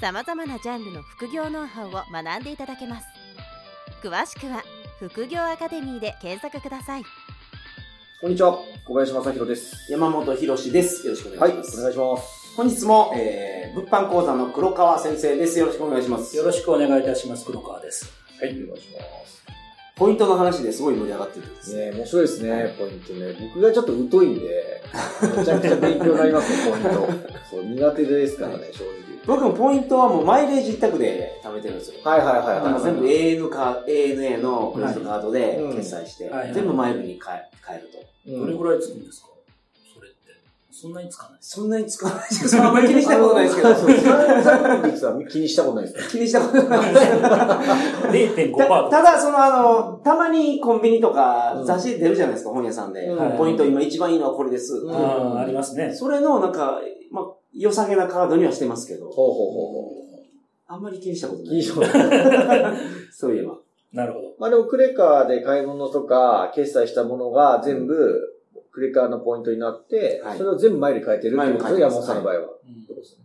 さまざまなジャンルの副業ノウハウを学んでいただけます詳しくは「副業アカデミー」で検索くださいこんにちは、小林正宏です。山本博史です。よろしくおは願い、いおし願います。します。本日も、えー、物販講座の黒川先生です。よろしくお願いします。よろしくお願いいたします、黒川です。はい、お願いします。ポイントの話ですごい盛り上がってるんですね。ね面白いですね、ポイントね。僕がちょっと疎いんで、めちゃくちゃ勉強になりますね、ポイント。 そう、苦手ですからね、正直。僕もポイントはもうマイレージ一択で貯めてるんですよ。はいはいはいだからはい。全部 AN か ANA のクレジットカードでうん決済して、はい全部マイルに変え変えると。うんどれぐらいつくんですかそれって。そんなにつかないです。そんなに使わない ですけど、そんなあんまり気にしたことないですけあのそうど、知らないサイクルってさ気にしたことないです。気にしたことないですけど。 0.5%たとか。ただ、そのあの、たまにコンビニとうかん雑誌で出るじゃないですか、本屋さんで。うんポイント今一番いいのはこれです。うんああ、ありますね。それの、なんか、まあ、良さげなカードにはしてますけど、ほうほうほうほあんまり気にしたことう。ないいい。商 品。そういえば。なるほど。まあでも、クレカで買い物とか、決済したものが全部、クレカのポイントになって、はいそれを全部マイル変えてるってことですね、マイル変えてま山す本さんの場合は。うんそうです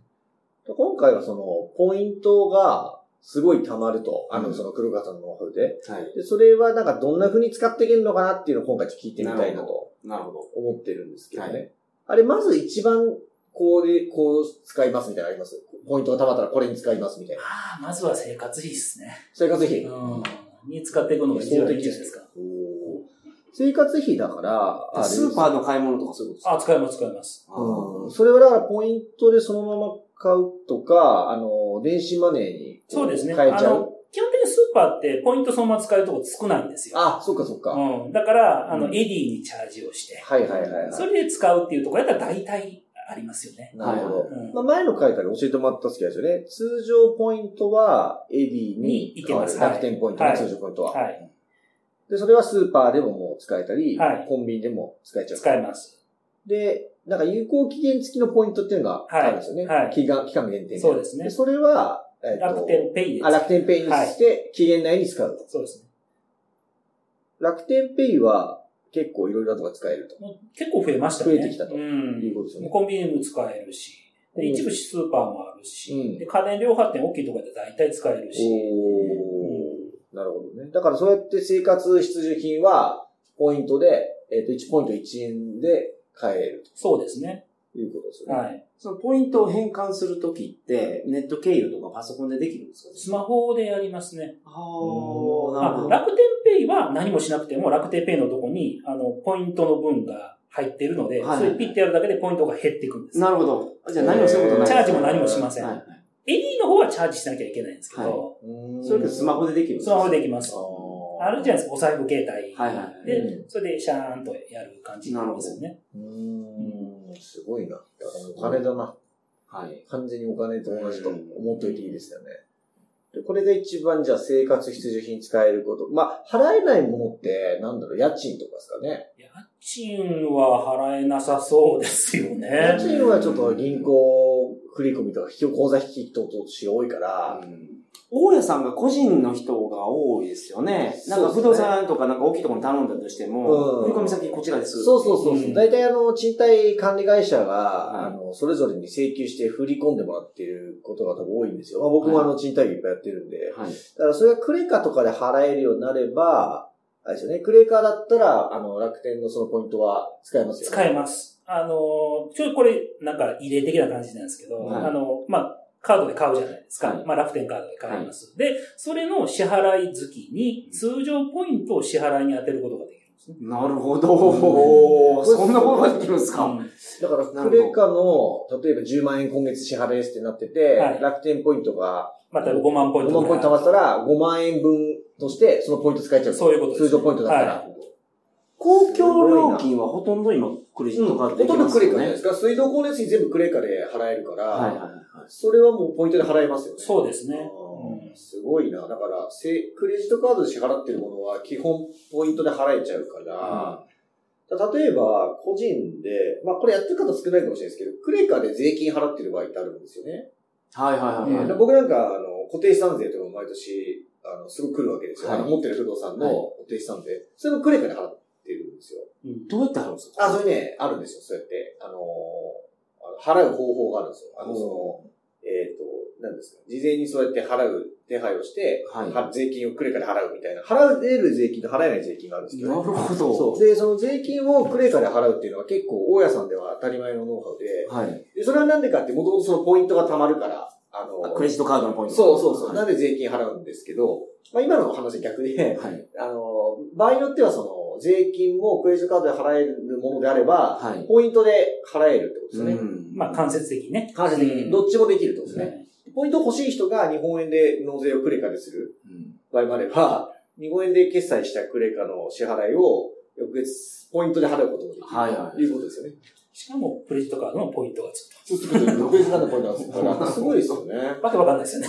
ね。今回はその、ポイントが、すごい溜まると。あうの、んその黒川さんのノウハウで。はい。で、それはなんかどんな風に使っていけるのかなっていうのを今回ちょっと聞いてみたいなとなるほど。思ってるんですけどね。はあれ、まず一番、こうで、こう使いますみたいなのありますポイントが溜まったらこれに使いますみたいな。ああ、まずは生活費ですね。生活費。うん。に使っていくのが一番いいんじゃないですか。おー生活費だから、あれスーパーの買い物とかそういうことですあ、使います、使います。かうん。それはだからポイントでそのまま買うとか、あの、電子マネーにこそうですね。変えあちゃう。の、基本的にスーパーってポイントそのまま使えるとこ少ないんですよ。あ、そっかそっか。うん。だから、あうの、エんディにチャージをして、はいはいはいはい。それで使うっていうところやったら大体ありますよね。なるほど。うんまあ、前の回から教えてもらった好きですよね。通常ポイントは、エディにに行け変わまる。す楽天ポイントはのい通常ポイントは。はい。で、それはスーパーでももう使えたり、はいコンビニでも使えちゃう。使えます。で、なんか有効期限付きのポイントっていうのがあるんですよね。はいはい期間期間限定で。そうですねで、それは、えっと楽天ペイであ楽天ペイにはいして、期限内に使う。そうですね。楽天ペイは結構いろいろなとか使えると。もう結構増えましたね。増えてきたとう。いうんことですよね。コンビニも使えるし、で一部スーパーもあるし、うんで家電量販店大きいところで大体使えるし、おー。なるほどね。だからそうやって生活必需品は、ポイントで、えっ、と、1ポイント1円で買えるそうですね。ということですよね。はい。そのポイントを変換するときって、ネット経由とかパソコンでできるんですかスマホでやりますね。あーあ、なるあほど。楽天ペイは何もしなくても楽天ペイのとこに、あの、ポイントの分が入ってるので、はいそれピッてやるだけでポイントが減っていくんです。なるほど。じゃあ何もすることない。チャージも何もしません。はエいはい。ディの方はチャージしなきゃいけないんですけど、うんそれでスマホでできるんですスかマホでできます。ああるじゃないですか、お財布携帯。はいはいで、うそれでシャーンとやる感じなんですよね。ーうん。すごいな。だからお金だな。はい。完全にお金と同じとうん思っといていいですよね。でこれが一番じゃあ生活必需品使えること。まあ、払えないものって、なんだろう、家賃とかですかね。家賃は払えなさそうですよ家ね。賃はちょっと銀行振り込みとか、口座引き等々し多いから、大家さんが個人の人が多いですよね。なんか不動産とかなんか大きいところに頼んだとしても、うん振り込み先こちらです。そうそうそうそうう。ん大体あの、賃貸管理会社が、はいあの、それぞれに請求して振り込んでもらってることが多分多いんですよ。まあ、僕もあの、賃貸業いっぱいやってるんで。はい。だからそれがクレカとかで払えるようになれば、あれですよね。クレカだったら、あの、楽天のそのポイントは 使えますよね。使えます。あの、ちょ、これ、なんか、異例的な感じなんですけど、はいあの、まあ、カードで買うじゃないですか。はいまあ、楽天カードで買います。で、それの支払い月に、通常ポイントを支払いに当てることができるんですね。なるほど。そんなことができるんですうかんだから、クレカの、例えば10万円今月支払いですってなってて、はい楽天ポイントがまた5万ポイ5ント。万ポイント貯まったら、5万円分として、そのポイント使えちゃう。そういうことです通常ポイントだったら。は公共料金はほとんど今、クレジットカードほでときんどますクよレカじね。ゃないですか。水道光熱費全部クレカで払えるから、はいはいはい。それはもうポイントで払えますよね。そうですねあーうんすごいな。だから、せクレジットカードで支払ってるものは基本ポイントで払えちゃうから、だ例えば、個人で、まあこれやってる方少ないかもしれないですけど、クレカで税金払ってる場合ってあるんですよね。はいはいはいはい。えー僕なんか、あの、固定資産税とかも毎年、あの、すごく来るわけですよ。はいあの持ってる不動産のはい固定資産税。それもクレカで払ってるんですよ。うんどうやって払うんですかあ、それね、あるんですよ、そうやって。あのーあの払う方法があるんですよ。あの、その、えっ、と、なんですか、事前にそうやって払う手配をして、はいは税金をクレカで払うみたいな。払える税金と払えない税金があるんですけなるど、ね。ほそう。ど。で、その税金をクレカで払うっていうのは結構、大家さんでは当たり前のノウハウで、はい。でそれはなんでかって、もともとそのポイントが貯まるから、あのあクレジットカードのポイント。そうそうそう。はないんで税金払うんですけど、まあ今のお話は逆で、はい。あの、場合によってはその、税金もクレジットカードで払えるものであれば、はい。ポイントで払えるってことですね。んまあ、間接的にね。間接的うに。んどっちもできるってことですはね。いポイント欲しい人が日本円で納税をクレカでする うん場合もあれば、日本円で決済したクレカの支払いを翌月ポイントで払うこともできる。はいはいということですよね。しかも、クレジットカードのポイントがつく翌月なんでポイントですから。すごいですよ ね。と。わけわかんないですよね。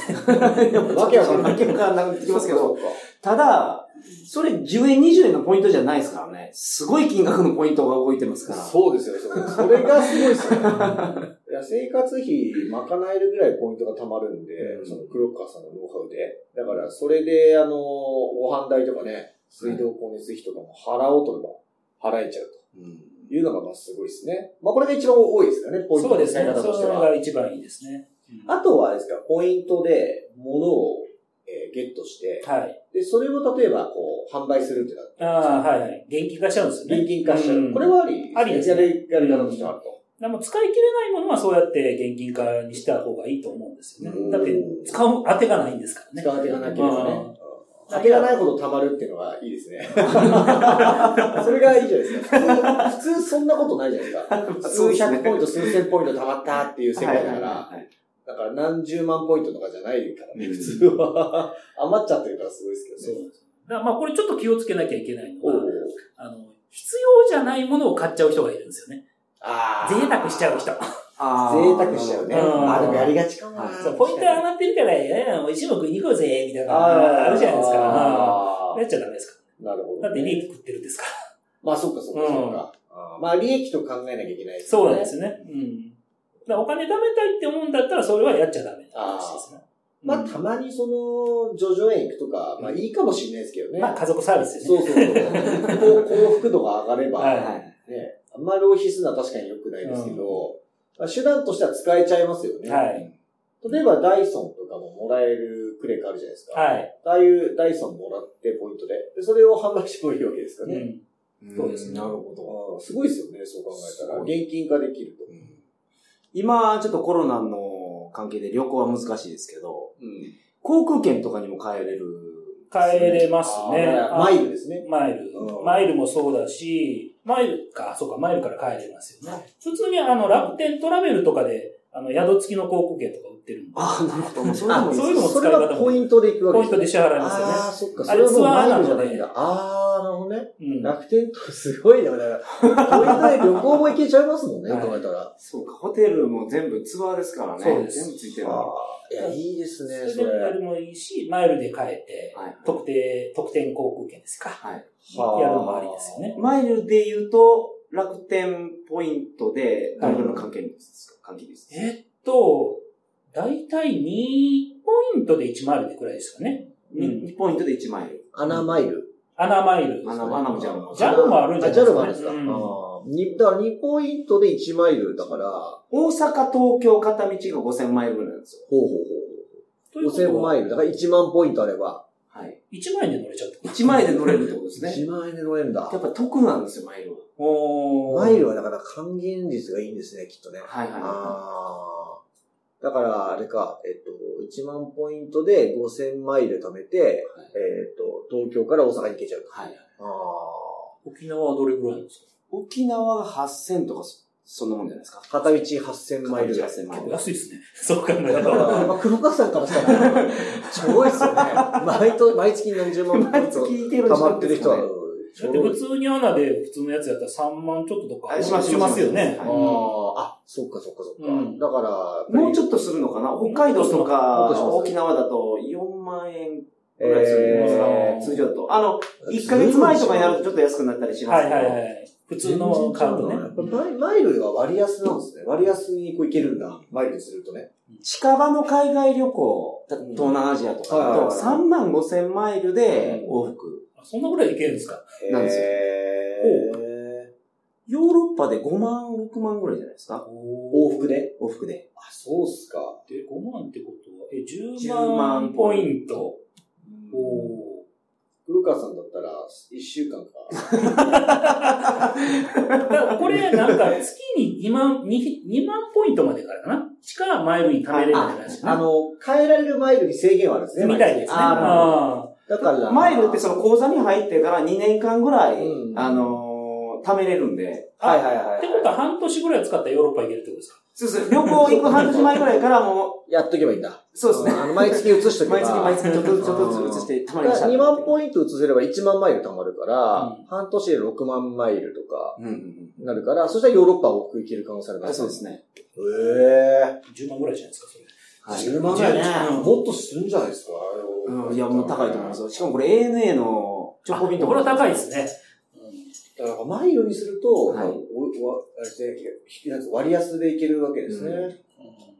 わけわかんないわけわかんなくなってきますけそどう、かそうかただ、それ10円20円のポイントじゃないですからね。すごい金額のポイントが動いてますから。そうですよね。それそれがすごいですよね。いや生活費賄えるぐらいポイントが貯まるんで、うんその黒川さんのノウハウで。だから、それで、あの、ご飯代とかね、水道光熱費とかも払おうと思えば払えちゃううん。というのが、まあ、すごいですね。まあ、これが一番多いですよね、ポイントそのうで使すいね。方としそてれは。が一番いいですね。うんあとは、あれですか、ポイントで物を、えーゲットして、はい。で、それを例えば、こう、販売するってなって、ああ、はいはい。現金化しちゃうんですよね。現金化しちゃう。うんこれはあり、ありですやねり、やり方としてはあると。でも使い切れないものはそうやって現金化にした方がいいと思うんですようんね。だって、使う当てがないんですからね。使う当てがなければねうん。当てがないほど溜まるっていうのがいいです ね。それがいいじゃないですか。普通、普通そんなことないじゃない ですか。そう数ですね百ポイント、数千ポイント溜まったっていう世界だかはら、いはいはいだから何十万ポイントとかじゃないからね、うん普通は。余っちゃってるからすごいですけそうどなね。んですよだからまあこれちょっと気をつけなきゃいけないのおは、うあの、必要じゃないものを買っちゃう人がいるんですよね。あー贅沢しちゃ う人。あー贅沢しちゃうね。うんあー、でもやりがちかもはいそう、ポイント上がってるから、いやいや、美味しいもん食いに行こうぜ、みたいなのがあるじゃないですか。うんあーやっちゃダメですかなるほどね。ら。だって利益食ってるんですから。まあ、そっかそっかそっか。あーまあ、利益と考えなきゃいけないそうなんですすよね。うん。だからお金貯めたいって思うんだったら、それはやっちゃダメな話ですね。うんまあ、たまにその、叙々苑行くとか、まあ、いいかもしれないですけどね。まあ、家族サービスですそね。うそうそう。こう幸福度が上がれば、はいはね、い。あんまり浪費するのは確かに良くないですけど、まあ、手段としては使えちゃいますよね。はい。例えば、ダイソンとかももらえるクレカあるじゃないですか。はい。ああいうダイソンもらってポイントで、でそれを販売してもいいわけですかうね。ん。そうですんねなるほど。ああすごいですよね、そう考えたすら。ごい現金化できると。うん今、ちょっとコロナの関係で旅行は難しいですけど、航空券とかにも変えれる。帰れますね。ああマイルですね。マイルうん。マイルもそうだし、マイルか、そうか、マイルから帰れますよね。普通にあの、楽天トラベルとかで、あの、宿付きの航空券とか売ってるんで、ああ、なるほど。もうそれでもいいそういうのもそ使いれ方もはポイントで行くわけでポインすトねで支払いますよね。ああ、そっか。あそれれはもうマイルじゃツアーなのでないんだ。ああ、なるほどね。うん楽天とかすごいね。だから、ポイントで旅行も行けちゃいますもんね、はい考えたら。そうか、ホテルも全部ツアーですからね。そうです全部ついてる。あはあ、いや、いいですね、そそれでマイれ。ルもいいし、マイルで帰って、い。特定、特典航空券ですか。はい。はあやるのもありですよね。マイルで言うと、楽天ポイントで、どれぐらいの関係率ですか関係率ですえっと、だいたい2ポイントで1マイルでくらいですかね。にうん2ポイントで1マイル。アナマイル。アナマイル。アナマイルもジャルもジャルもあるんじゃないあジャですかねルもあるんですか。うんああにだから2ポイントで1マイルだから、大阪、東京片道が5000マイルぐらいなんですよ。ほうほうというほう。5000マイル。だから1万ポイントあれば、はい。 1万円で乗れちゃった。 1マイルで乗れるってことで すね。 1万円で乗れるんだや。っぱ得なんですよ、マイルは。おーマイルはだから還元率がいいんですね、きっとね。はいはいはああ。だから、あれか、えっと、1万ポイントで5000マイル貯めて、はいえっと、東京から大阪に行けちゃうと。い。はい。あ沖縄はどれぐらいなんですか沖縄が8000とかそ、そんなもんじゃないですか。あ。片道8000マイルぐらい。 8000マイ ル結構。安いですね。 そう考えだかると。ら、まあ、黒川さんからした ら、すごいっすよね。毎と毎月何十万ポイン毎ト月いてる溜まってる人は、だって普通にアナで普通のやつやったら3万ちょっととか。あしますしますよね。はいあーあ、そっかそっかそっか。うんだから、もうちょっと、とするのかな北海道ともかっとします沖縄だと4万円えぐらいするんですか、えー通常だと。あの、1ヶ月前とかになるとちょっと安くなったりしまはすけいど。はいはい。普通のカードね。やっぱマイマイルは割安なんですね。割安にこういけるんだ。マイルにするとね。近場の海外旅行、た東南アジアとかだはいはいとはい3万5千マイルで往復。あそんなぐらいでいけるんですかなんですよえヨーロッパで5万、6万ぐらいじゃないですか往往復で往復で。あ、そうっすか。で5万ってことは、え、10 10万万ポイント。おおお黒川さんだったら、一週間か。ー。だからこれなんか月に2万、2, 2万ポイントまでからかなしかマイルに貯めれるんじゃないですあか、ね。の、変えられるマイルに制限はあるんですね。みたいですね。あーなるあだから、マイルってその口座に入ってから2年間ぐらい、うんあのー貯めれるんで。はあ。いはいはいはいってことは半年ぐらい使ったらヨーロッパ行けるってことですかそうそう、旅行行く半年前ぐらいからも やっとけばいいんだ。う、そうですね。んあの、毎月移しとけば。毎月毎月ちょっとずつちょっとずつ移して貯まりました。 2万ポイント移せれば1万マイル貯まるから、うん半年で6万マイルとかうんうんなるから、そしたらヨーロッパを奥行ける可能性あるかうん。ら。そうですね。ええ ?10 万ぐらいじゃないですか、それ。 10万だよね。もっとするんじゃないですか。うんいや、もう高いと思いますよ。しかもこれ ANA の直行便とあこか。れは高いですね。だから、マイルにすると、はいおわあれですねひなんか割安でいけるわけですね。う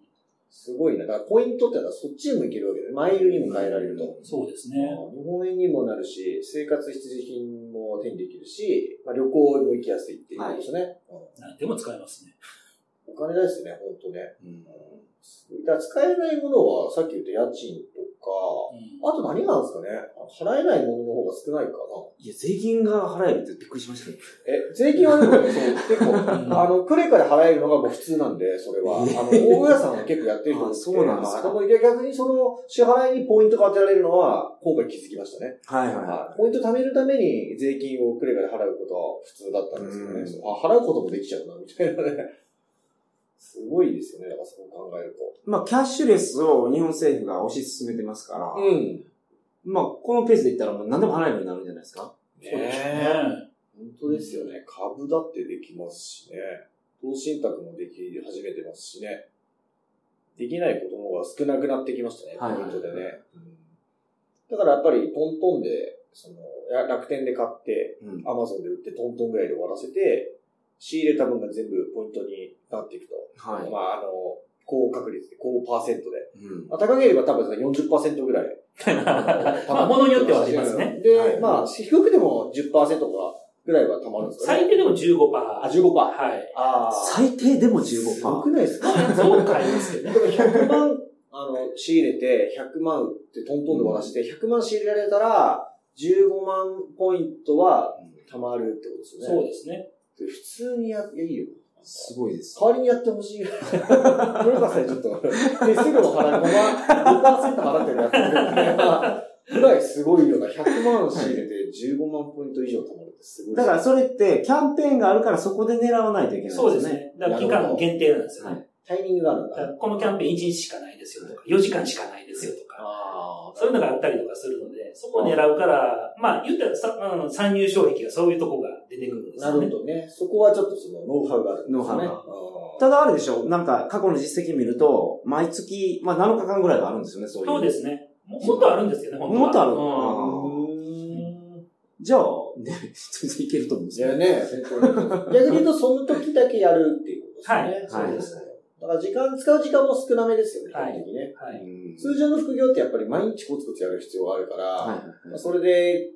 すごいな。だから、ポイントってのはそっちにもいけるわけで、マイルにも変えられると。そうですね。日本円にもなるし、生活必需品も手にできるし、まあ、旅行も行きやすいっていうことですね。う何でも使えますね。んお金ないですね、ほんとね。うんすごいだから使えないものは、さっき言った家賃とか、あと何があるんですかね払えないものの方が少ないかな。いや、税金が払えるってびっくりしましたね。え、税金はでも、 そう、結構、んあの、クレカで払えるのがもう普通なんで、それは。あの、大家さんは結構やってる人多くてあそうなんですかまあも逆にその、支払いにポイントが当てられるのは、今回気づきましたね。はいはいはポイント貯めるために税金をクレカで払うことは普通だったんですけどね。うんそうあ、払うこともできちゃうな、みたいなね。すごいですよね、だからそう考えると。い。まあ、キャッシュレスを日本政府が推し進めてますから、うん。まあ、このペースでいったらもう何でも払えるようになるんじゃないですか。そうですね。本当ですよね。株だってできますしね。投資信託もでき始めてますしね。できないことの方が少なくなってきましたね、はいはいポイントでね。うんだからやっぱりトントンで、その、や楽天で買って、うんアマゾンで売ってトントンぐらいで終わらせて、仕入れた分が全部ポイントになっていくと。はい。まあ、あの、高確率で、高パーセントで。うんまあ、高ければ多分40%ぐらい。 まあ、ものによってはありますね。。で、はいまあ、低くても10%かぐらいは溜まるんですかね。最低でも15%。あ、15%。はい。あ最低でもすごく15%。ないですか やつを買いますけどでね。も100万、あの、仕入れて、100万売ってトントンで終わらして、100万仕入れられたら、15万ポイントは貯まるってことですよね。そうですね。で普通にや、いや、いいよ。すごいです。代わりにやってほしい。黒川さんにちょっと、手数料払う、5%払ってるやつぐらいすごいよな。100万仕入れて15万ポイント以上貯まるってすごい。だから、それってキャンペーンがあるからそこで狙わないといけないんですそようね。です。ね。だから期間限定なんですよはね。い。タイミングがあるんだだか。らこのキャンペーン1日しかないですよとか、4時間しかないですよとか、あそういうのがあったりとかするので、そこを狙うから、まあ、言ったらさ、あの参入障壁がそういうとこが出てくるんですなよるね。ほどね。そこはちょっとそのノウハウがあるんですね。ノウハウがが。ただあれでしょなんか過去の実績見ると、毎月、まあ7日間ぐらいがあるんですよね、そういう。そうですね。ももっとあるんですけどね、本当はもっとあるうんじゃあ、ね、 全然いけると思うんですいよ。やね、逆に言うとその時だけやるっていうことですね。はいそうですね。だから時間、使う時間も少なめですよね、はい基本的にね。はい。うん通常の副業ってやっぱり毎日コツコツやる必要があるから、はいまあそれで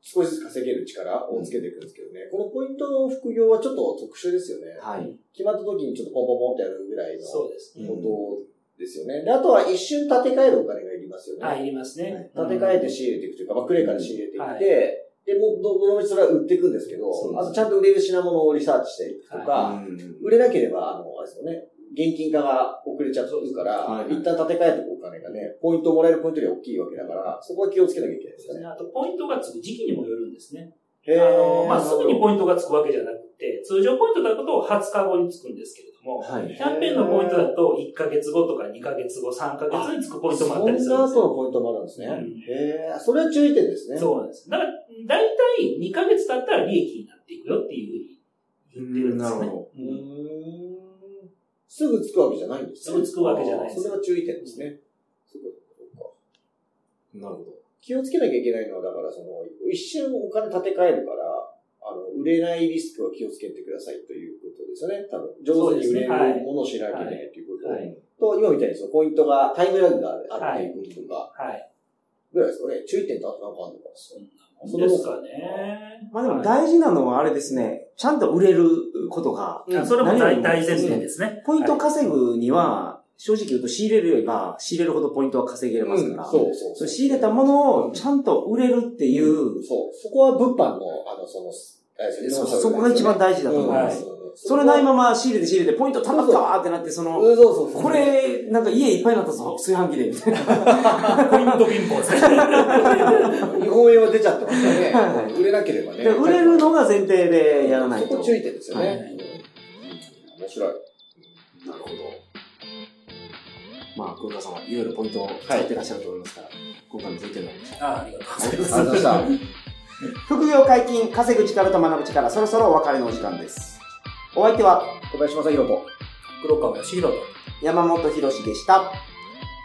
少しずつ稼げる力をつけていくんですけどね、このポイントの副業はちょっと特殊ですよね。はい。はい。決まった時にちょっとポンポンポンってやるぐらいのそこうですうね。んとですよね。であとは一瞬建て替えるお金がいりますよね。あ、いりますね。建て替えて仕入れていくというか、まあ、クレーから仕入れていって、はいで、もう、どどの道それは売っていくんですけど、そうですあとちゃんと売れる品物をリサーチしていくとか、うん売れなければ、あの、あれですよね、現金化が遅れちゃうから、はい一旦建て替えておくお金がね、ポイントもらえるポイントより大きいわけだから、そこは気をつけなきゃいけないですよね。あと、ポイントがつく時期にもよるんですね。へあの、まあ、すぐにインポイントがつくわけじゃなくて、通常ポイントがつくと20日後につくんですけれども、はい。キャンペーンのポイントだと、1ヶ月後とか2ヶ月後、3ヶ月後につくポイントもあったりするんそですんな後よ。のポイントもあるんですね。うんへえ、それは注意点ですね。そうなんです。だから、だいたい2ヶ月経ったら利益になっていくよっていうふうに言ってるんですうよんなねるほ。ううんーん。すぐつくわけじゃないんですねすぐつくわけじゃないですあーそれは注意点ですね。そうかそうかなるほど。気をつけなきゃいけないのは、だからその、一瞬お金立て替えるから、あの、売れないリスクは気をつけてくださいということですよね。多分、上手に売れそうでするねものをしなきゃいけないということ、はい。と、今みたいにそのポイントが、タイムラグがあるっていうこととか、はい。ぐらいですかね。注意点とあと何かあるのかそんなそのもんで他すかね。まあでもは大事なのはあれですね、ちゃんと売れることが、いあそれも大何よりも大前提ですね。ポイントはい稼ぐには、正直言うと仕入れるよりは、仕入れるほどポイントは稼げれますから、うんそうそうそれ仕入れたものをちゃんと売れるっていう、そう。そこは物販の、あの、その、あれですよねそうのそこが一番大事だと思いますうんうんそれないまま仕入れて仕入れて、ポイントたまったわーってなって、その、うんそうそうそう。これ、なんか家いっぱいになったぞ、炊飯器で、みたいな。ポイント貧乏ですね。日本円は出ちゃってますよね。はい売れなければね。 で売れるのが前提でやらないそと。こ注意点ですよね。はいうん面白い。なるほど。まあ、黒川さんはいろいろポイントを使ってらっしゃると思いますから、今回も全然あありがとうございありがとうございまし副業解禁、稼ぐ力と学ぶ力、そろそろお別れのお時間です。お相手はた。小林正宏と。黒川義弘と。山本博史でした。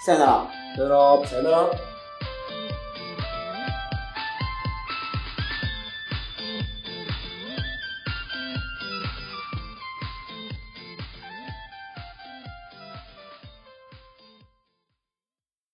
さよなら。さよなら。さよなら。